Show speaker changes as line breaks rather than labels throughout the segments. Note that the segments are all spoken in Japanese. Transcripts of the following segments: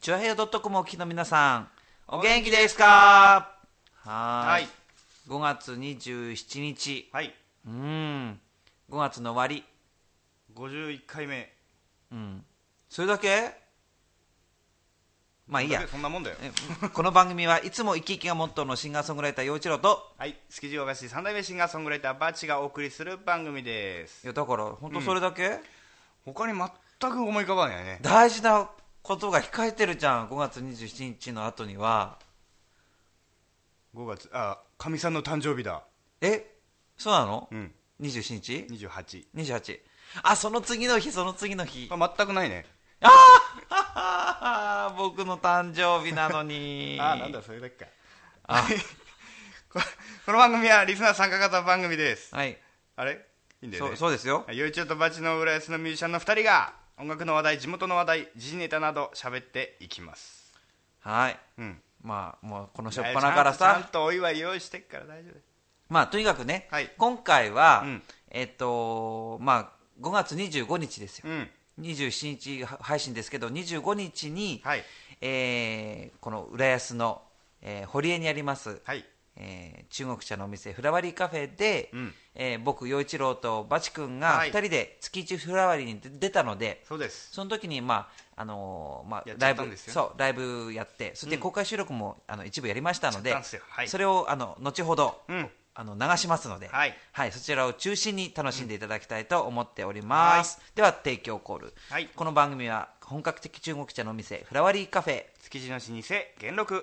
チュアヘヨドットコムお聞きの皆さん、お元気ですかは
は
ーい
い。
5月27日、
はい。
うん、5月の終わり、
51回目。
うん、それだけまあいいや
だって。そんなもんだよ。
えこの番組はいつも生き生きがモットーのシンガーソングライター陽一郎と、
はい。築地大菓子三代目シンガーソングライターバチがお送りする番組です
い。やだから本当それだけ、
他に全く思い浮かばないよね。
大事なことが控えてるじゃん、5月27日の後には。
5月、あ、かみさんの誕生日だ。
えそうなの、
うん。
?27 日
28。
28あその次の日その次の日
あ全くないね。
あー 僕の誕生日なのに
あ、なんだ、それだけか。はい ここの番組はリスナー参加型番組です。
はい
あれいいんだよ
そ
ね
う。そうですよ
はい、YouTube とバチの浦安のミュージシャンの2人が音楽の話題地元の話題時事ネタなど喋っていきます
はい
うん
まあもうこの初っ端から
ちゃんちゃん
さ
とお祝い用意してっから大丈夫
まあとにかくね、
はい
今回は、
うん
えっとまあ5月25日ですよ、
うん
27日配信ですけど25日に、
はい
えーこの浦安の、えー堀江にあります、
はい
えー中国茶のお店フラワリーカフェで、
うん
えー僕陽一郎とバチ君が
はい
2人で月一フラワリーに出出たので
そうです
その時に、まああのーまあ
や、っち
ラ
ゃ
イ
ったん
ブ
ですよ
そうライブやってそして公開収録も、あの一部やりましたので
やっちゃったんですよはい
それをあの後ほど、
うん
あの流しますので、
はい
そちらを中心に楽しんでいただきたいと思っております、では提供コール、
はい
この番組は本格的中国茶のお店フラワリーカフェ
築地の老舗元禄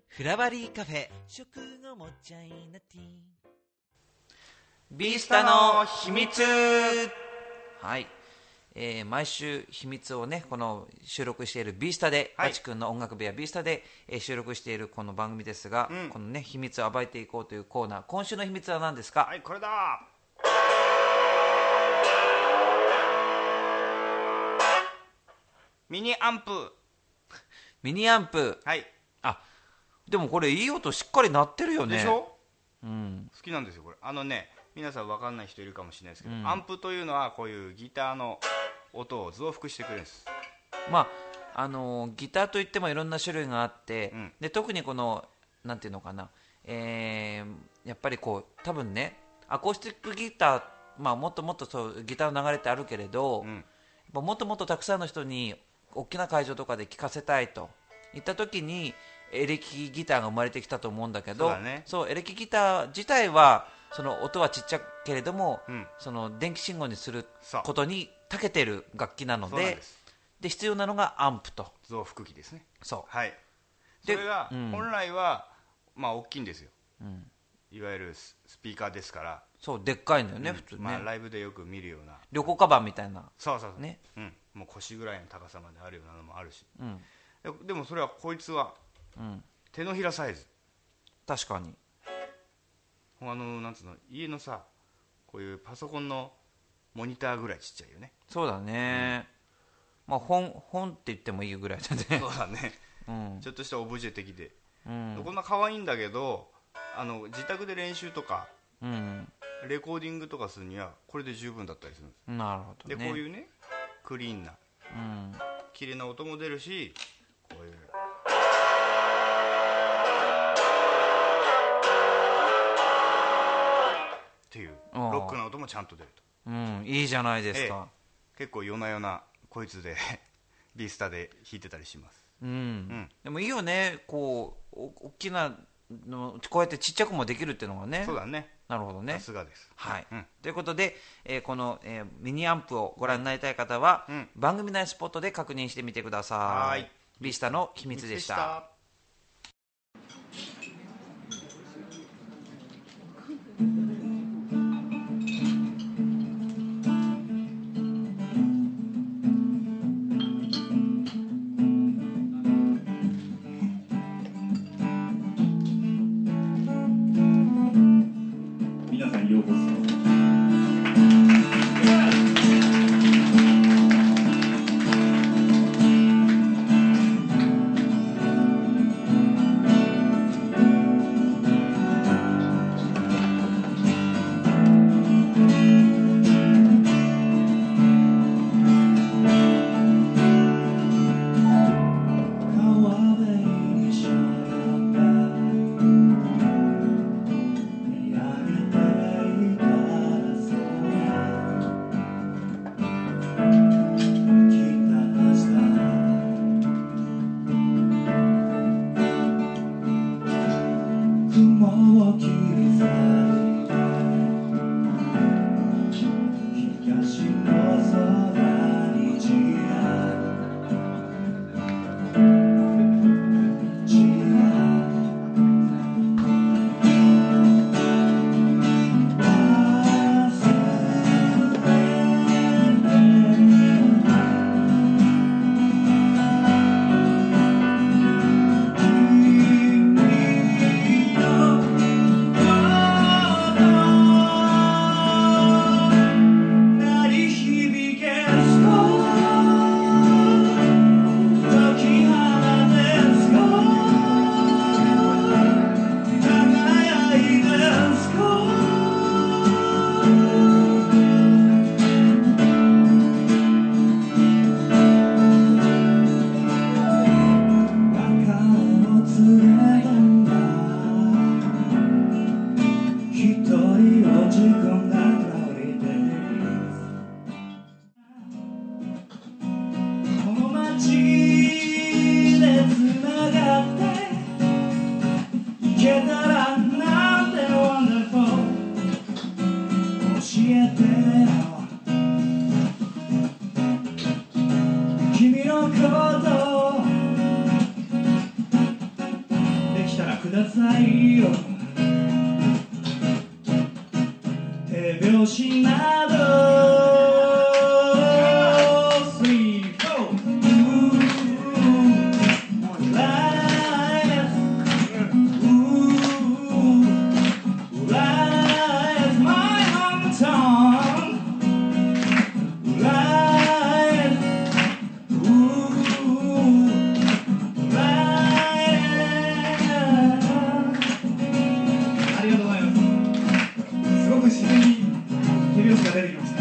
フラワリーカフェビースタの秘密はい、えー毎週秘密をねこの収録しているビースタで、
はい
バチ君の音楽部屋ビースタで、えー収録しているこの番組ですが、
うん
このね秘密を暴いていこうというコーナー今週の秘密は何ですか、
はいこれだミニアンプ
ミニアンプ
はい
あでもこれいい音しっかり鳴ってるよね
でしょ
うん
好きなんですよこれあのね皆さん分かんない人いるかもしれないですけど、
うん
アンプというのはこういうギターの音を増幅してくれるんです
まああのーギターといってもいろんな種類があって、
うん
で特にこのなんていうのかな、えーやっぱりこう多分ねアコースティックギター、まあ、もっともっとそうギターの流れってあるけれど、
う
やっ
ん
ぱもっともっとたくさんの人に大きな会場とかで聴かせたいといった時にエレキギターが生まれてきたと思うんだけど
そうだね
そうエレキギター自体はその音はちっちゃけれども、
うん
その電気信号にする
そう
ことに長けてる楽器なの
そうなん
で
です
で必要なのがアンプと
増幅器ですね
そ
はいそ
で
れが
うん
本来は、まあ大きいんですよ
う、うん、
いわゆるススピーカーですから、
そうでっかいんだよね、
うん
普通ね、
まあ、ライブでよく見るような
旅行カバンみたいな、
そうそうそう、
ね
うん、もう腰ぐらいの高さまであるようなのもあるし
うん
ででもそれはこいつは
うん、
手のひらサイズ
確かに
あのなんつうの家のさこういうパソコンのモニターぐらいちっちゃい よね
そうだね、まあ本本って言ってもいいぐらいだね
そうだね
うん
ちょっとしたオブジェ的で、
うん
こんな可愛いんだけどあの自宅で練習とか
うん
レコーディングとかするにはこれで十分だったりするんで
なるほど
すで、
ね
こういうねクリーンな
うん、
綺麗な音も出るしこういうっていう
あー
ロックな音もちゃんと出ると
うん、いいじゃないですか、
結構夜な夜なこいつで ビースタで弾いてたりします
うん
ん
でもいいよねこうお大きなのこうやってちっちゃくもできるっていうのがね
そうだね
なるほどね
さすがです
はい
うん
ということで、えーこの、えーミニアンプをご覧になりたい方は、
うん
番組内スポットで確認してみてくださ
はいい
ビスタの秘密でした
「
ださいよ手拍子など Three, four. Ooh, life. Ooh, life, my hometown. Life. Ooh,ありがとうございます。すごく自然に手拍子が出てきました。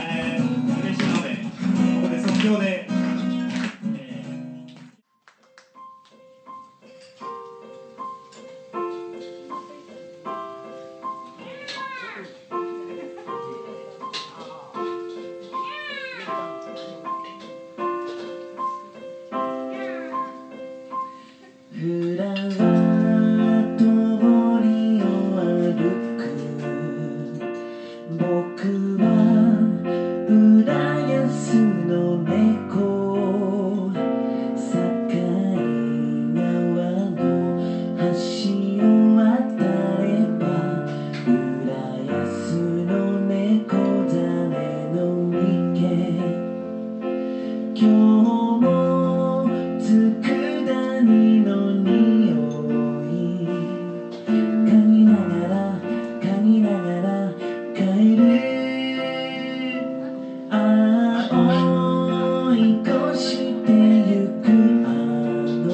えー嬉しいので、ここで即興で。えーふらっと森を歩く僕は浦安の猫境川の橋を渡れば浦安の猫だれの池今日も佃煮の匂い嗅ぎながら嗅ぎながら帰る青い越してゆくあの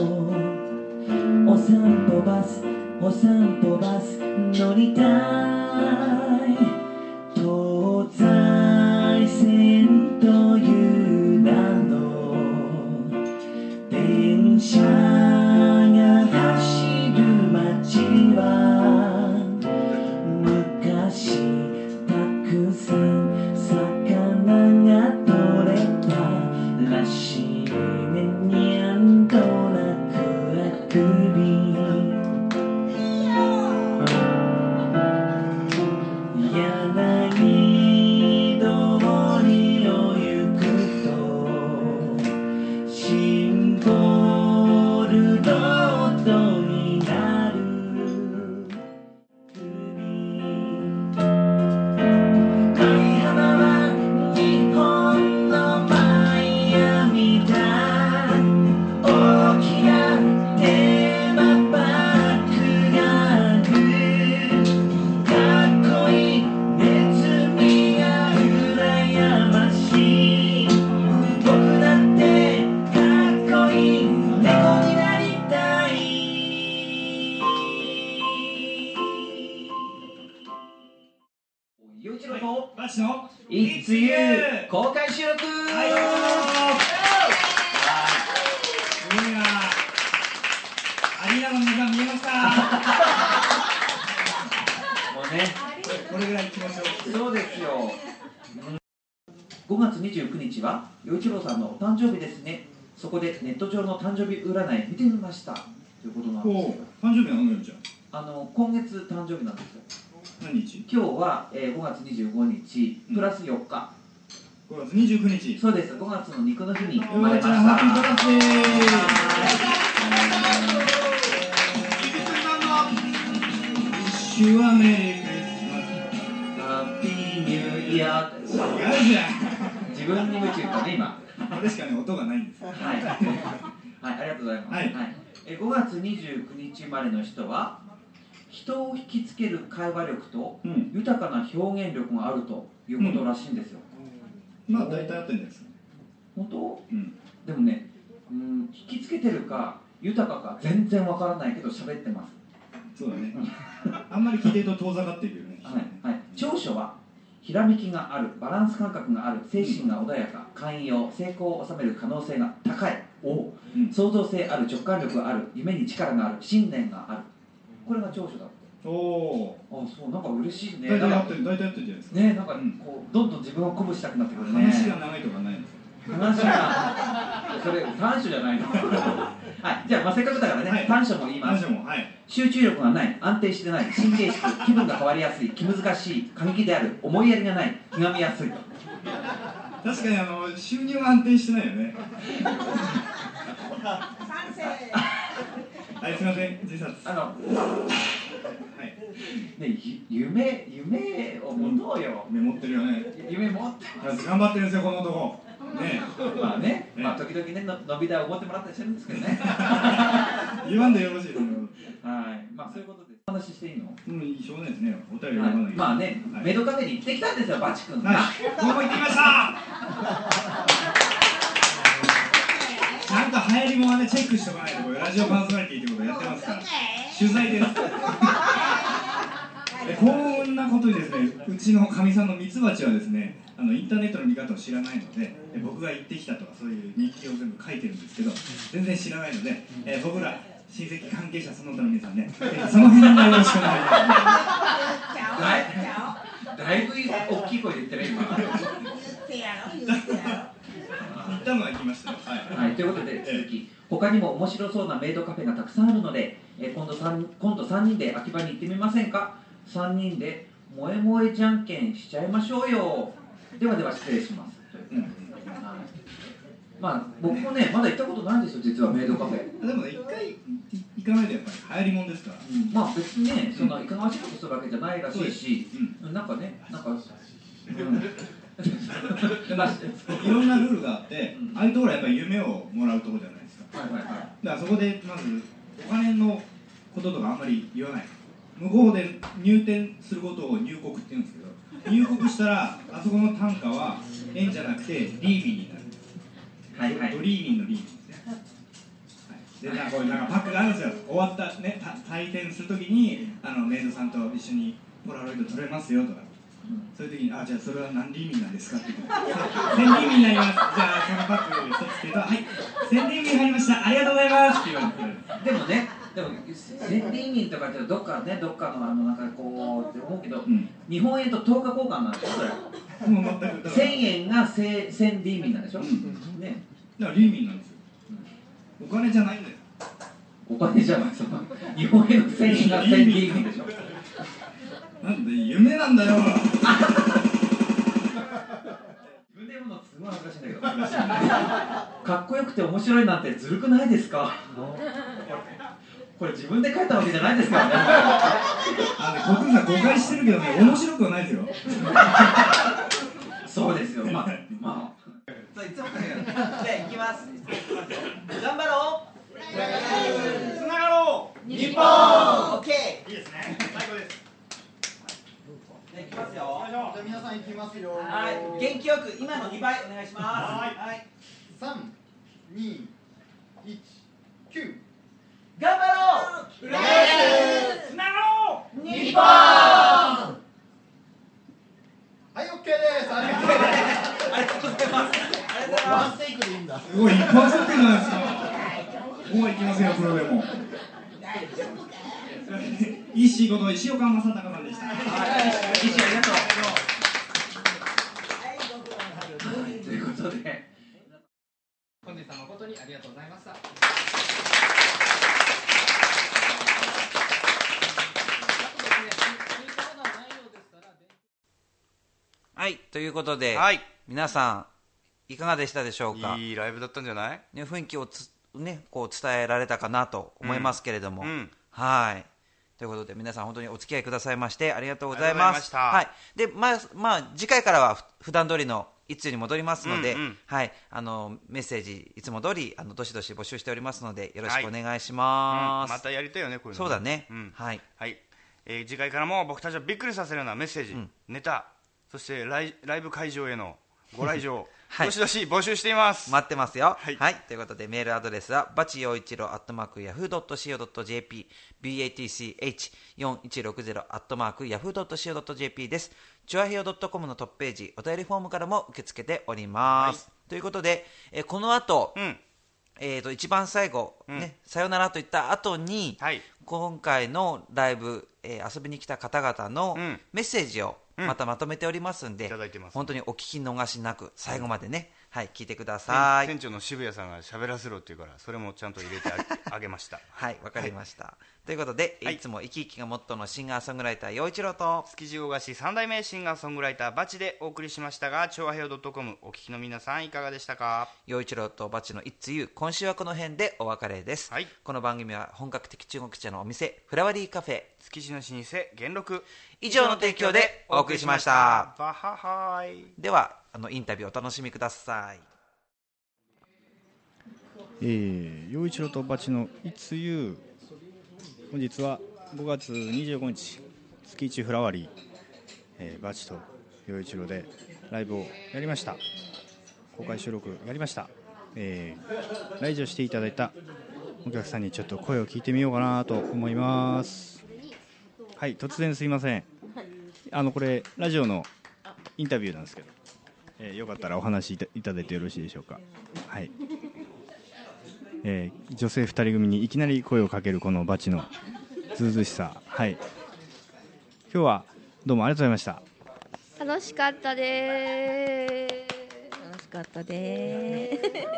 お散歩バスお散歩バス乗りたい東西線という名の電車が走る街は昔たくさん魚が取れたらしいねにゃんとなくあくび「柳通りを行くと」「シンボルロードになる」「首」「神浜は日本のマイアミだ」「大きなテーマパークがある」「かっこいいネズミがうらやましい」「僕だってかっこいい猫になりたい」
陽一郎の
マジの
It's You 公開収録
はいどうもいやアリーナの皆さん見えました
もうね
これぐらい行きましょう
そうですようん5月29日は陽一郎さんのお誕生日ですねそこでネット上の誕生日占い見てみましたということなんですよ
誕生日は何よちゃ
あ
ん
の今月誕生日なんですよ
何日
今日は、えー5月25日プラス4日、
5月29日
そうです5月の肉の日に生
よ
ま
う
れまし
やち
た
ゃんハッピーバースデー一周はメリークリス
ハッピーニューイヤーって
マス違うじゃ
自分に夢中かね今
んこれしかね音がないんです
はい、 はい、ありがとうございます。
はい
え、5月29日生まれの人は、人を引きつける会話力と
うん
豊かな表現力があるということらしいんですよ。
まあ大体合ってるんじゃないですか
本
うん
当でもね、うん、引きつけてるか豊かか全然わからないけど喋ってます。
そうだねあんまり聞いてると遠ざかっていくよね
はい、はい、長所はひらめきがある、バランス感覚がある、精神が穏やか、寛容、成功を収める可能性が高い、お
うん
創造性ある、直感力がある、夢に力がある、信念がある、これが長所だって。
おお
あそうなんか嬉しいね
大体
な
合
ん
っ
か
てる大体合ってるんじゃないですか
ねなんか
うん
こうどんどん自分を鼓舞したくなってくるね
話が長いとかないんですよ
話が それ短所じゃない のはいじゃあ、まあ、せっかくだからね、
はい
短所も言いま
話
す
もはい
集中力がない安定してない神経質気分が変わりやすい気難しい過激である思いやりがない気がみやすい
確かにあの収入は安定してないよね
賛成。
はい、すみません、自殺。
あの
はい、
ねゆ夢夢を持とうよ
メモってるよね。
夢持って
頑張ってるんですよ、この男。ね
まあね、
ね
まあ時々ねの伸び台を奢ってもらったりしてるんですけどね
え、言わんでよろしいと思いま
はいまあそういうことですお話ししていいの
す。うん、しょうがないですね。お便り
は
読まないい。
まあね、
はい
メドカフェに行ってきたんですよ、バチ君。
はい、どうも行ってきました。ちゃんと流行りもんはね、チェックしておかないと、これラジオパーソナリティってことやってますから。取材です。えこんなことにですね、うちのかみさんのミツバチはですね、あのインターネットの見方を知らないので、え僕が行ってきたとかそういう日記を全部書いてるんですけど、全然知らないので、え僕ら親戚関係者その他の皆さんね、えその辺がよろしくお願いします。
ちゃおちゃ
だいぶ大きい声で言ってる、今。は
お。言ってやろう言ってや
行ったのは行きましたよ。はい。
い、ということで、続き、他にも面白そうなメイドカフェがたくさんあるので、えー今度3、今度3人で秋葉に行ってみませんか ?3 人で、萌え萌えじゃんけんしちゃいましょうよ。ではでは失礼します。はいまあ、僕もね、まだ行ったことないんですよ、実はメイドカフェ。
でもね一回い行かないとやっぱり流行りもんですから。
まあ別にね、そんないかがわしいことするわけじゃないらしいし
そうで、
なんかね、なんか、うん、まあ
いろんなルールがあって
う、ん
ああいうところはやっぱり夢をもらうところじゃないですか。
はいはいは
だからそこでまずお金のこととかあんまり言わない。向こうで入店することを入国って言うんですけど、入国したらあそこの単価は円じゃなくてリーミーになる。
いはい
ドリーミーのリーミーですね。はいでなんかこういうなんかパックがあるんですよ。終わったねた退店するときにあのメイドさんと一緒にポラロイド撮れますよとか。そういう時に、あ、じゃあそれは何リーミーなんですかって言って、千リーミーになります。じゃあそのパック一つって言うと、はい、千リーミー入りました。ありがとうございますって言われて。
でもね、でも、千人民とかってどっかね、どっかのあの、なんかこう、って思うけど、
うん。
日本円と10日交換なんでしょ、それ。
もう全くだから、
1000円がせ千人民なんでしょ、
うん
ね、
だからリーミーなんですよ。お金じゃないんだよ。
お金じゃない、その日本円の1000円が千人民でしょ。
なんで夢なんだよ。
自分で言うのすごい恥ずかしいんだけどかっこよくて面白いなんてずるくないですかこれ自分で書いたわけじゃないです からね
あの、コツンさん誤解してるけどね、面白くはないですよ。
そうですよまあまあそういつも書いてあるじゃあいきます頑張ろ
ろう。
つながろう
日本。
オッケ
いいですね最高です
ーじゃあいきますよ
じゃあ皆さん行きますよ。
はい元気よく今の2倍お願いします
はい
はい
三、二、一、九。
頑張ろう
つながろう
日本。
はい、オッケーです。ありがとうござい
ありがとうございますありがとうござい
ます。ワン
ます
テイクでいいんだ。
すごい、一発ってないですか。もう行きますよ、プロでも。
大丈夫か。
いい仕事、石岡正隆さんでした。
う以上ありがとう
はい、ご苦労
はいということで
本日は誠にありがとうございました。
はいということで、
はい
皆さんいかがでしたでしょうか
いいライブだったんじゃない
ね、雰囲気をつ、ね、こう伝えられたかなと思いますけれども、
うんうん
はいということで皆さん本当にお付き合いくださいましてありがとうございますは
あ
いでまあまあ、次回からはふ普段通りの一通に戻りますので、
うんうん
はい、あのメッセージいつも通りあのどしどし募集しておりますのでよろしくお
はい
願いし
うん
ます、
またやりたいよねこういうの
そうだね、
うん
はい
はい、えー次回からも僕たちをびっくりさせるようなメッセージ、
うん
ネタそしてライライブ会場へのご来場、
はい
どしどし募集しています、
待ってますよ。は、
はいい
ということで、メールアドレスは、バチ陽一郎アットマークヤフー .co.jp、batch4160 アットマークヤフー .co.jp です。チュアヘオ .com のトップページ、お便りフォームからも受け付けております。ということで、えーこの後、
うん
えーと、一番最後、
うん
ね、さよならと言った後に、
はい
今回のライブ、えー遊びに来た方々の
うん
メッセージを
うん
またまとめておりますんで、
いただいてます
本当にお聞き逃しなく最後までね、
はい、聞いてください
店。長の渋谷さんが喋らせろって言うからそれもちゃんと入れて ああげました
はい、わかりました。ということで、
はい
いつも生き生きがモットーのシンガーソングライター、陽一郎と、
築地大菓子三代目シンガーソングライターバチでお送りしましたが調和平和 .com お聞きの皆さんいかがでしたか
陽一郎とバチの「いつゆ今週はこの辺でお別れです、
はい
この番組は本格的中国茶のお店フラワリーカフェ
築地の老舗元禄
以上の提供でお送りしました
バハハイ
ではあのインタビューお楽しみください
えー、陽一郎とバチの「いつゆう」本日は5月25日月一フラワリー、えーバチと陽一郎でライブをやりました公開収録やりました、えー、来場していただいたお客さんにちょっと声を聞いてみようかなと思いますはい突然すいませんあのこれラジオのインタビューなんですけど、えーよかったらお話しいたいただいてよろしいでしょうかはいえー女性2人組にいきなり声をかけるこのバチのずうずうしさはい今日はどうもありがとうございました
楽しかったです。楽しかったで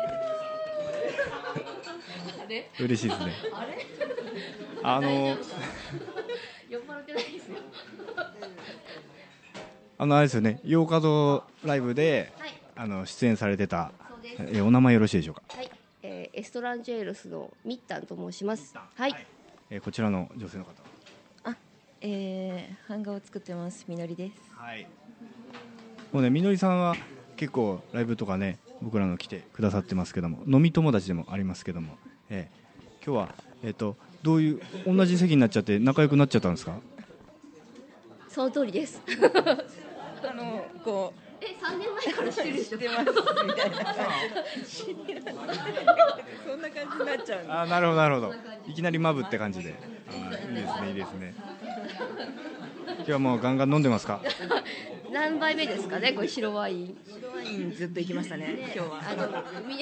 嬉しいですね
あれ？
あの
酔っ払ってないですよ。
あのあれですよね洋華堂ライブで
はい。
あの出演されてた
そうです。
えーお名前よろしいでしょうか、
はい。えーエストランジェイルスのミッタンと申します。はい。
えーこちらの女性の方
えー、版画を作ってますみのりです
はいもうねみのりさんは結構ライブとかね僕らの来てくださってますけども飲み友達でもありますけども、えー今日はえっ、とどういう同じ席になっちゃって仲良くなっちゃったんですか
その通りです。
あのこ
え、三年前からしてるでしょ。
うみたいなそんな感じになっちゃうんで
あーなるほどなるほどいきなりマブって感じであーいいですねいいですね今日はもうガンガン飲んでますか
何杯目ですかね、これ白ワイン。
ワインずっと行きましたね今日は
あのみ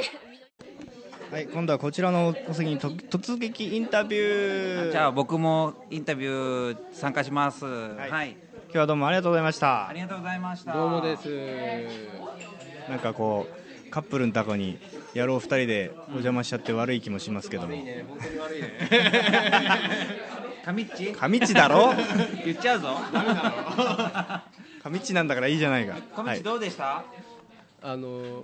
はい今度はこちらのお席にと突撃インタビュー
じゃあ僕もインタビュー参加します。はいい、
今日はどうもありがとうございました
ありがとうございました。
どうもです。
なんかこうカップルのタコに野郎二人でお邪魔しちゃって悪い気もしますけども、
本当に悪いね。
神っち。
上地だろ
言っちゃうぞ。
ダメだ
上地なんだからいいじゃないか
神っちどうでした？
あのう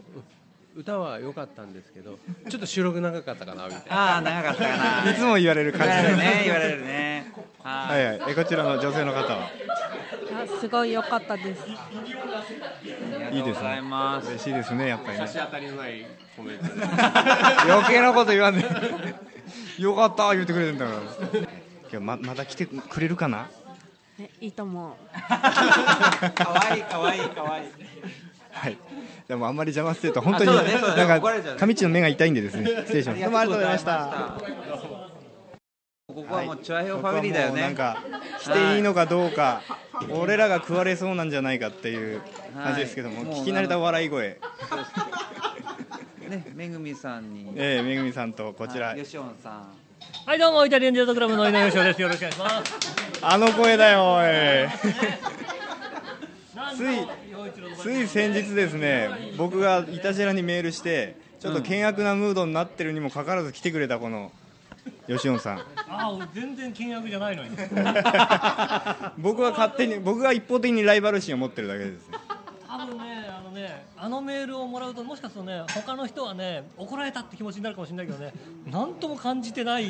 歌は良かったんですけど、ちょっと収録長かったかなみたいな。
ああ長かったかな。
いつも言われる感じ
言われるね。言われるね。は。
はいいはいえこちらの女性の方は
すごい良かったです
あ
い
り
い
がと
で
うご
す
ざ
ね
います。
嬉しいですねやっぱりね
差し当たりのないコメントで。
余計なこと言わんでよかった言ってくれるんだから今日ままた来てくれるかない
いと思う
可愛い可愛い可愛い。
はいでもあんまり邪魔してると本当に
あそうだねそうだね
なん
怒られちゃ
か
う
上地の目が痛いんでですね失礼しますどうもありがとうございました
ここはもうチュアヘオファミリーだよね。
なんかしていいのかどうか俺らが食われそうなんじゃないかっていう感じですけども、
はい
聞き慣れた笑い声
ねめぐみさんに。
ええめぐみさんとこちら、
はいよしおんさん。
はい どうもイタリアンジェットクラブの井上翔ですよろしくお願いします
あの声だよおいついつい先日ですね僕がいたじらにメールしてちょっと険悪なムードになってるにもかかわらず来てくれたこのよしおんさん
ああ全然倹約じゃないのに
僕は勝手に僕が一方的にライバル心を持ってるだけですね
多分ねあのねあのメールをもらうともしかするとね他の人はね怒られたって気持ちになるかもしれないけどね何とも感じてない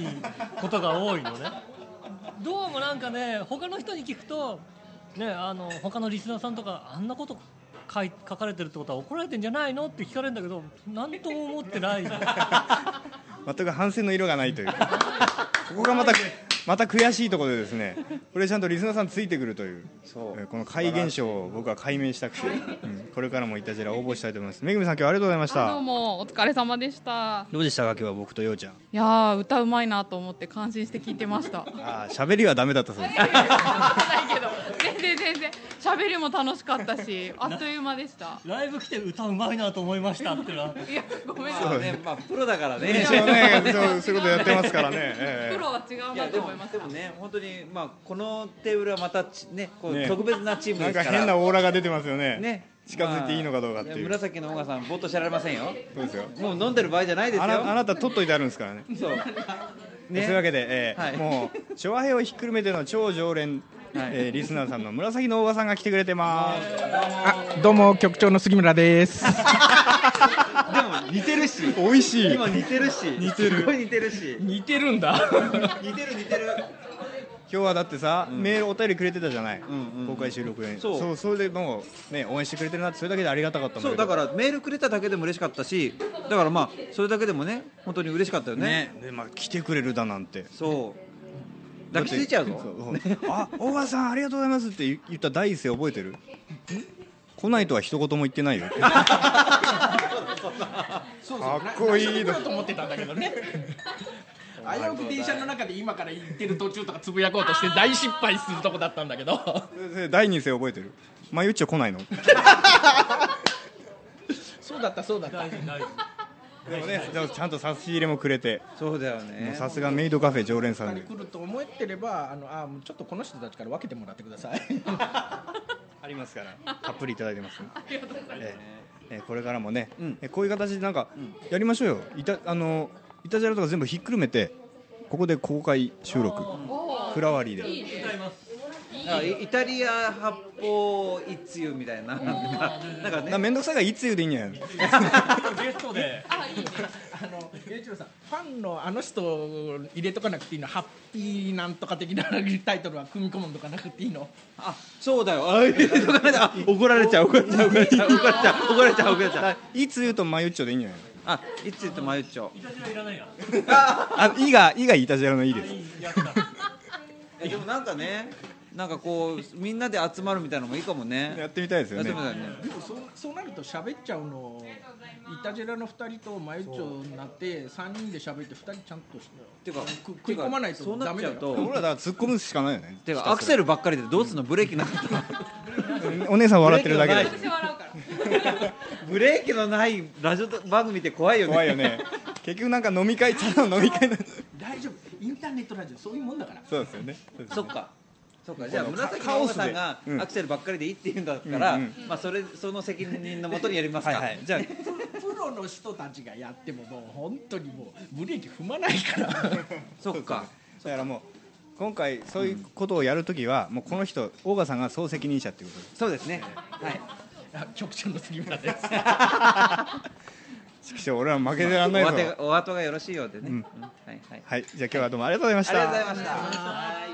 ことが多いのねどうもなんかね他の人に聞くとねあの他のリスナーさんとかあんなこと書い書かれてるってことは怒られてんじゃないのって聞かれるんだけど何とも思っ てない
全く反省の色がないというここがまたまた悔しいところでですねこれちゃんとリスナーさんついてくるというえーこの怪現象を僕は解明したくて、うんこれからもいたじら応募したいと思いますめぐみさん今日はありがとうございまし
どう
た
もお疲れ様でした
どうでしたか今日は僕とようちゃん
いやー歌うまいなと思って感心して聞いてました
あー喋りはダメだったそうです
全然
全然喋りも楽しかったしあっという間でした
ライブ来て歌うまいなと思いましたってな。
いやごめんな
ま
さ
あ
い、
ね、まあプロだからね。
一応ねそうそういうことやって
ますからね
ええプロは違うなと思います
やでもでもね、本当にまあこのテーブルはまたちね、こう
ね
特別なチーム
な
で
ん
すか。
から変なオーラが出てますよね
ね
近づいていいのかどうかって
まあ
いう、
紫のオーガさん、ぼーっとしてられませんよ。
そうですよ
もう飲んでる場合じゃないですよ。
あなあなた取っといてあるんですからね
そう。ね
そういうわけで、えー
はい
もう諸和平をひっくるめての超常連、えーリスナーさんの紫の大賀さんが来てくれてます、
どうも局長の杉村です。
でも似てるし。
美味しい
今似てるし。
似てる
すごい似てるし。
似てるんだ。
似てる似てる。
今日はだってさ、メールお便りくれてたじゃない、公開収録に
そう
そうそれでもうね応援してくれてるなってそれだけでありがたかったんだ
そ
け
うだ
ど
からメールくれただけでも嬉しかったし、だからまあそれだけでもね、本当に嬉しかったよね。
ねでまあ来てくれるだなんて。
そう。抱きついちゃうぞ。
そうあ大川さんありがとうございますって言った第一声覚えてる来ないとは一言も言っ てないよ
そ
そ
う
うかっこいい
ななんかそういうことだと思ってたんだけどね。 危うく電車の中で今から言ってる途中とかつぶやこうとして大失敗するとこだったんだけど。
第二声覚えてるまあゆっちょ来ないの
そうだったそうだった。
でもねでもちゃんと差し入れもくれて
そうだよね
もうさすがメイドカフェ常連さんで
来ると思ってればあのあもうちょっとこの人たちから分けてもらってください。
ありますから。たっぷりいただいてます、
ありがとうございます。
えーこれからもね、えーこういう形でなんかやりましょうよいたあのいたじらとか全部ひっくるめてここで公開収録フラワリーで
歌います。
あイイタリア発泡一湯みたいな。なんかなんかね。
な面倒くさいからいつ言うでいいんじゃないの
ゲストで。あ、いいね。あの、ゆういちろうさん、ファンのあの人を入れとかなくていいの、ハッピーなんとか的なタイトルは組み込むとかなくていいの。
あ、そうだよ。あ、いや怒られたあ怒られちゃう。怒られちゃう。怒られちゃう。怒られちゃう。怒られちゃう。怒られちゃう。
いつ言うとマユッチョでいいんじゃないの
あ、いつ言ってマユッチョ。
いたじらいらないな。
あ、いが、いがいたじらのいいです。
えでもなんかね、なんかこうみんなで集まるみたいなのもいいかもね。
やってみたいですよね
やってみたいね。
でもそうそうなると喋っちゃうのイタジェラの2人とマユッチョになって3人で喋って2人ちゃんとして
てか
食い込まないと
そうな
ダ
っ
メ
ち
だ
ゃ
よ
うと。
俺らだから突っ込むしかないよね
て
ひ
か
たすら
アクセルばっかりでどうすんのブレーキなかった
うんお姉さん笑ってるだけで
ブレーキのないラジオ番組って怖いよね
怖いよね結局なんか飲み会ちゃんと飲み会な
大丈夫インターネットラジオそういうもんだから
そうですよね
そっかそうかじゃあ
このカ
紫のおばさん
カオ
が
スでうん
アクセルばっかりでいいって言うんだったら、
うん
まあそれその責任のもとにやりますか。じゃあ
プロの人たちがやってももう本当にもうブレーキ踏まないから
そっか
だからもう今回そういうことをやるときは、もうこの人大賀さんが総責任者っていうことで
そうですねはい
あ局長の杉村です
ちくしょう俺ら負けてらんないぞ
お後がお後がよろしいようでね、
うん
うんはいはい
はいじゃあ今日はどうもありがとうございました、
ありがとうございました。